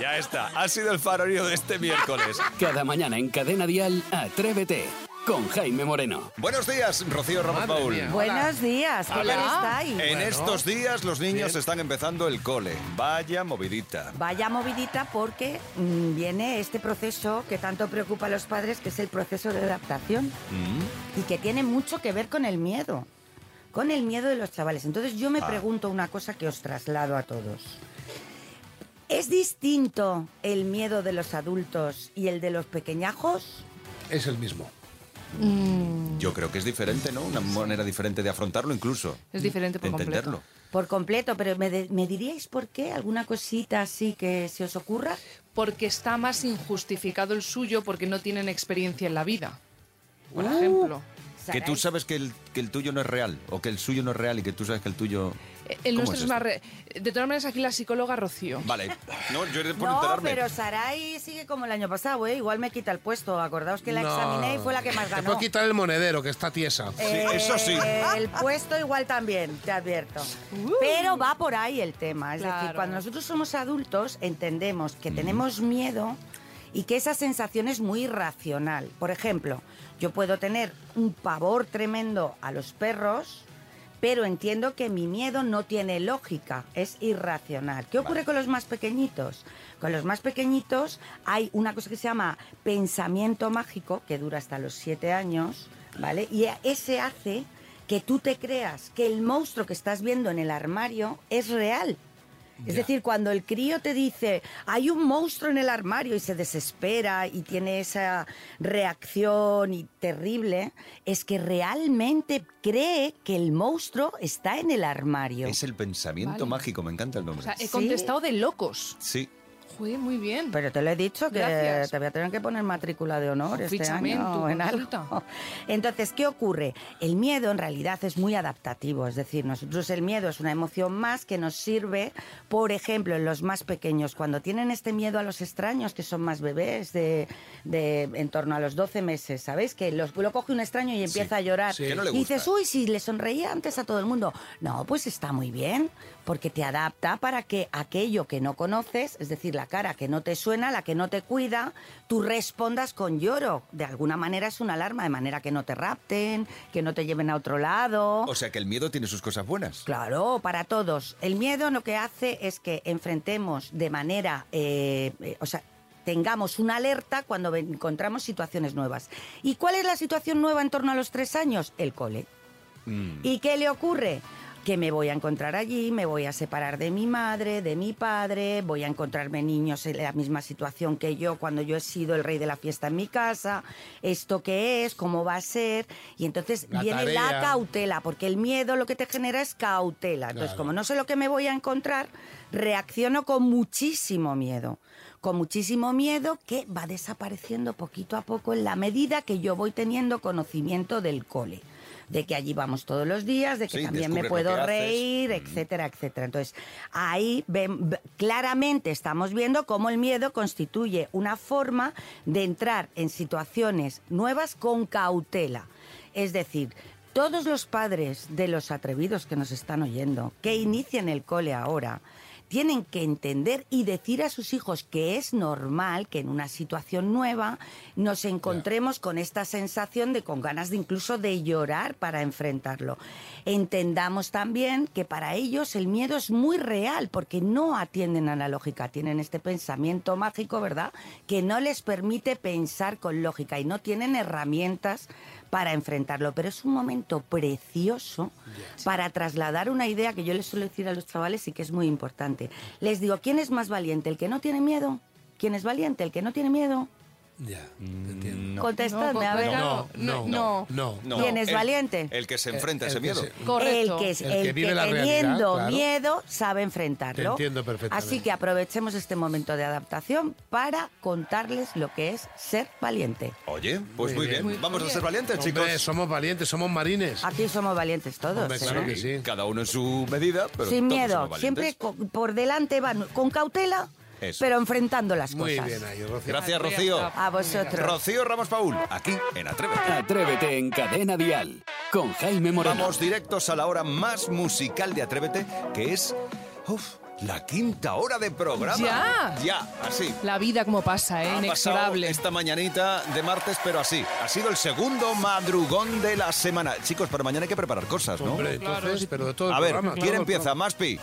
[SPEAKER 1] ya está. Ha sido el farolillo de este miércoles.
[SPEAKER 5] Cada mañana en Cadena Dial, Atrévete con Jaime Moreno.
[SPEAKER 1] Buenos días, Rocío Ramos Paul.
[SPEAKER 16] Buenos días, ¿qué
[SPEAKER 1] A
[SPEAKER 16] tal
[SPEAKER 1] ver,
[SPEAKER 16] estáis?
[SPEAKER 1] En estos días los niños están empezando el cole. Vaya movidita.
[SPEAKER 16] Vaya movidita porque mm, viene este proceso que tanto preocupa a los padres, que es el proceso de adaptación
[SPEAKER 1] Mm.
[SPEAKER 16] y que tiene mucho que ver con el miedo, con el miedo de los chavales. Entonces yo me
[SPEAKER 18] Ah.
[SPEAKER 16] pregunto una cosa que os traslado a todos. ¿Es distinto el miedo de los adultos y el de los pequeñajos?
[SPEAKER 2] Es el mismo.
[SPEAKER 1] Yo creo que es diferente, ¿no? Una manera diferente de afrontarlo incluso.
[SPEAKER 16] Es diferente
[SPEAKER 1] de entenderlo.
[SPEAKER 16] Por completo, pero ¿me, de- me diríais por qué? ¿Alguna cosita así que se os ocurra?
[SPEAKER 3] Porque está más injustificado el suyo porque no tienen experiencia en la vida. Por
[SPEAKER 16] Uh.
[SPEAKER 3] ejemplo.
[SPEAKER 1] Que tú sabes que el, que el tuyo no es real o que el suyo no es real y que tú sabes que el tuyo...
[SPEAKER 16] Eh,
[SPEAKER 3] Eh, El
[SPEAKER 1] ¿Cómo
[SPEAKER 3] nuestro
[SPEAKER 1] es
[SPEAKER 3] es más re- De todas maneras, aquí la psicóloga Rocío.
[SPEAKER 1] Vale. No, yo era por
[SPEAKER 16] No,
[SPEAKER 1] enterarme.
[SPEAKER 16] pero Sarai sigue como el año pasado, ¿eh? Igual me quita el puesto. Acordaos que la
[SPEAKER 2] No.
[SPEAKER 16] examiné y fue la que más
[SPEAKER 2] Te puedo
[SPEAKER 16] ganó.
[SPEAKER 2] quitar el monedero, que está tiesa.
[SPEAKER 16] Eh, El puesto igual también, te advierto. Pero va por ahí el tema. Es decir,
[SPEAKER 18] Claro.
[SPEAKER 16] cuando nosotros somos adultos entendemos que tenemos miedo y que esa sensación es muy irracional. Por ejemplo, yo puedo tener un pavor tremendo a los perros, pero entiendo que mi miedo no tiene lógica, es irracional. ¿Qué ocurre con los más pequeñitos? Con los más pequeñitos hay una cosa que se llama pensamiento mágico, que dura hasta los siete años, ¿vale? Y ese hace que tú te creas que el monstruo que estás viendo en el armario es real. Es decir, cuando el crío te dice, hay un monstruo en el armario y se desespera y tiene esa reacción y terrible, es que realmente cree que el monstruo está en el armario.
[SPEAKER 1] Es el pensamiento
[SPEAKER 16] Vale.
[SPEAKER 1] mágico, me encanta el nombre.
[SPEAKER 3] O sea, he
[SPEAKER 16] Sí.
[SPEAKER 3] contestado de locos.
[SPEAKER 1] Sí.
[SPEAKER 3] Jue, muy bien.
[SPEAKER 16] Pero te lo he dicho que
[SPEAKER 3] Gracias.
[SPEAKER 16] te voy a tener que poner matrícula de honor este
[SPEAKER 3] Fíchame en tu
[SPEAKER 16] año en algo. Entonces, ¿qué ocurre? El miedo en realidad es muy adaptativo, es decir, nosotros el miedo es una emoción más que nos sirve, por ejemplo, en los más pequeños, cuando tienen este miedo a los extraños, que son más bebés, de, de en torno a los 12 meses, ¿sabéis? Que los, lo coge un extraño y empieza a llorar.
[SPEAKER 18] sí. Que no le
[SPEAKER 16] Y dices,
[SPEAKER 18] gusta.
[SPEAKER 16] uy, si le sonreía antes a todo el mundo. No, pues está muy bien, porque te adapta para que aquello que no conoces, es decir, la la cara que no te suena, la que no te cuida, tú respondas con lloro. De alguna manera es una alarma, de manera que no te rapten, que no te lleven a otro lado.
[SPEAKER 1] O sea que el miedo tiene sus cosas buenas.
[SPEAKER 16] "Oh". Claro, para todos. El miedo lo que hace es que enfrentemos de manera, eh, eh, o sea, tengamos una alerta cuando ve- encontramos situaciones nuevas. ¿Y cuál es la situación nueva en torno a los tres años? El cole.
[SPEAKER 2] Mm.
[SPEAKER 16] ¿Y qué le ocurre? Que me voy a encontrar allí, me voy a separar de mi madre, de mi padre, voy a encontrarme niños en la misma situación que yo cuando yo he sido el rey de la fiesta en mi casa, esto qué es, cómo va a ser, y
[SPEAKER 4] ¡eh!
[SPEAKER 16] entonces
[SPEAKER 18] La
[SPEAKER 16] viene la
[SPEAKER 18] tarea.
[SPEAKER 16] cautela, porque el miedo lo que te genera es cautela. Entonces,
[SPEAKER 18] Claro.
[SPEAKER 16] como no sé lo que me voy a encontrar, reacciono con muchísimo miedo, con muchísimo miedo que va desapareciendo poquito a poco en la medida que yo voy teniendo conocimiento del cole de que allí vamos todos los días, de que
[SPEAKER 18] Sí,
[SPEAKER 16] también
[SPEAKER 18] descubres
[SPEAKER 16] me
[SPEAKER 18] lo
[SPEAKER 16] puedo
[SPEAKER 18] que haces.
[SPEAKER 16] reír, etcétera, etcétera. Entonces, ahí ven- ve- claramente estamos viendo cómo el miedo constituye una forma de entrar en situaciones nuevas con cautela. Es decir, todos los padres de los atrevidos que nos están oyendo, que inician el cole ahora, tienen que entender y decir a sus hijos que es normal que en una situación nueva nos encontremos con esta sensación de con ganas de incluso de llorar para enfrentarlo. Entendamos también que para ellos el miedo es muy real porque no atienden a la lógica, tienen este pensamiento mágico, ¿verdad? Que no les permite pensar con lógica y no tienen herramientas para enfrentarlo, pero es un momento precioso para trasladar una idea que yo les suelo decir a los chavales y que es muy importante. Les digo, ¿quién es más valiente? ¿El que no tiene miedo? ¿Quién es valiente? ¿El que no tiene miedo?
[SPEAKER 2] Ya, te entiendo.
[SPEAKER 16] Contestadme, a ver.
[SPEAKER 2] No, Mm, no, no. no, no.
[SPEAKER 16] ¿Quién es
[SPEAKER 1] El-
[SPEAKER 16] valiente?
[SPEAKER 1] El que se enfrenta a ese
[SPEAKER 2] El que
[SPEAKER 1] miedo.
[SPEAKER 2] se-
[SPEAKER 16] El que, es- el
[SPEAKER 2] El que
[SPEAKER 16] que
[SPEAKER 2] vive la realidad,
[SPEAKER 16] teniendo
[SPEAKER 2] claro.
[SPEAKER 16] miedo sabe enfrentarlo.
[SPEAKER 2] Te entiendo perfectamente.
[SPEAKER 16] Así que aprovechemos este momento de adaptación para contarles lo que es ser valiente.
[SPEAKER 1] Oye, pues muy, bien. Vamos a ser valientes,
[SPEAKER 2] Hombre,
[SPEAKER 1] chicos.
[SPEAKER 2] Somos valientes, somos marines.
[SPEAKER 16] Aquí somos valientes todos.
[SPEAKER 2] Hombre, claro
[SPEAKER 16] ¿eh?
[SPEAKER 2] que sí.
[SPEAKER 1] Cada uno en su medida, pero
[SPEAKER 16] Sin
[SPEAKER 1] todos
[SPEAKER 16] miedo,
[SPEAKER 1] somos valientes.
[SPEAKER 16] siempre co- por delante van con cautela,
[SPEAKER 1] Eso.
[SPEAKER 16] pero enfrentando las
[SPEAKER 1] Muy
[SPEAKER 16] cosas.
[SPEAKER 1] bien ahí, Rocío. Gracias, Rocío.
[SPEAKER 16] A vosotros.
[SPEAKER 1] Rocío Ramos Paul, aquí en Atrévete.
[SPEAKER 5] Atrévete en Cadena Dial con Jaime Moreno.
[SPEAKER 1] Vamos directos a la hora más musical de Atrévete, que es uf, la quinta hora de programa.
[SPEAKER 3] Ya.
[SPEAKER 1] Ya, así.
[SPEAKER 3] La vida como pasa, ¿eh?
[SPEAKER 1] Ha pasado
[SPEAKER 3] inexorable.
[SPEAKER 1] esta mañanita de martes, pero así. Ha sido el segundo madrugón de la semana. Chicos, para mañana hay que preparar cosas, ¿no?
[SPEAKER 2] Hombre, entonces, pero de todo el
[SPEAKER 1] a ver,
[SPEAKER 2] programa.
[SPEAKER 1] ¿quién empieza? Maspi.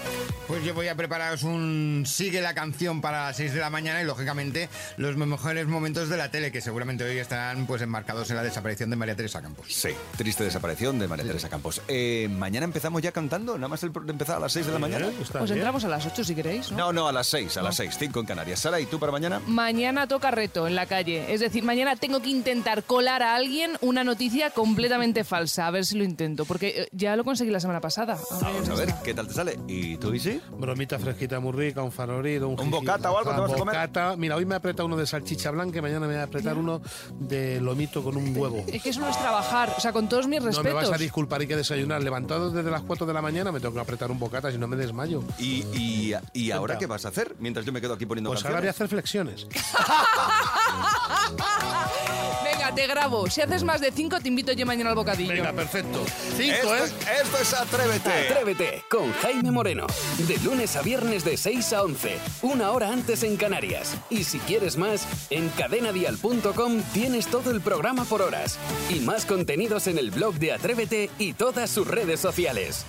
[SPEAKER 4] Pues yo voy a prepararos un Sigue la canción para las 6 de la mañana y lógicamente los mejores momentos de la tele que seguramente hoy estarán pues enmarcados en la desaparición de María Teresa Campos.
[SPEAKER 1] Sí, triste desaparición de María Teresa Campos. Eh, mañana empezamos ya cantando, nada más el pro- empezar a las 6 de la mañana.
[SPEAKER 3] Pues entramos a las 8 si queréis, ¿no?
[SPEAKER 1] No, no, a las 6, a las 6, 5 en Canarias. Sara, ¿y tú para mañana?
[SPEAKER 3] Mañana toca reto en la calle. Es decir, mañana tengo que intentar colar a alguien una noticia completamente falsa. A ver si lo intento. Porque eh, ya lo conseguí la semana pasada. A ver.
[SPEAKER 1] Vamos a ver, ¿qué tal te sale? ¿Y tú, Isi?
[SPEAKER 2] Bromita fresquita muy rica, un farorito, un,
[SPEAKER 1] ¿Un bocata o algo te vas a comer?
[SPEAKER 2] Bocata. Mira, hoy me aprieta uno de salchicha blanca y mañana me voy a apretar uno de lomito con un huevo.
[SPEAKER 3] Es que eso no es trabajar. O sea, con todos mis
[SPEAKER 2] No me
[SPEAKER 3] respetos.
[SPEAKER 2] vas a disculpar, hay que desayunar. Levantado desde las 4 de la mañana me tengo que apretar un bocata si no me desmayo.
[SPEAKER 1] ¿Y, y, y ahora qué vas a hacer mientras yo me quedo aquí poniendo
[SPEAKER 2] Pues ahora voy a
[SPEAKER 1] canciones?
[SPEAKER 2] hacer flexiones.
[SPEAKER 3] Venga, te grabo. Si haces más de 5, te invito yo mañana al bocadillo. Venga,
[SPEAKER 2] perfecto. ¿eh?
[SPEAKER 5] Esto
[SPEAKER 1] es- esto es Atrévete.
[SPEAKER 5] Atrévete con Jaime Moreno. De lunes a viernes de 6 a 11. Una hora antes en Canarias. Y si quieres más, en cadenadial.com tienes todo el programa por horas. Y más contenidos en el blog de Atrévete y todas sus redes sociales.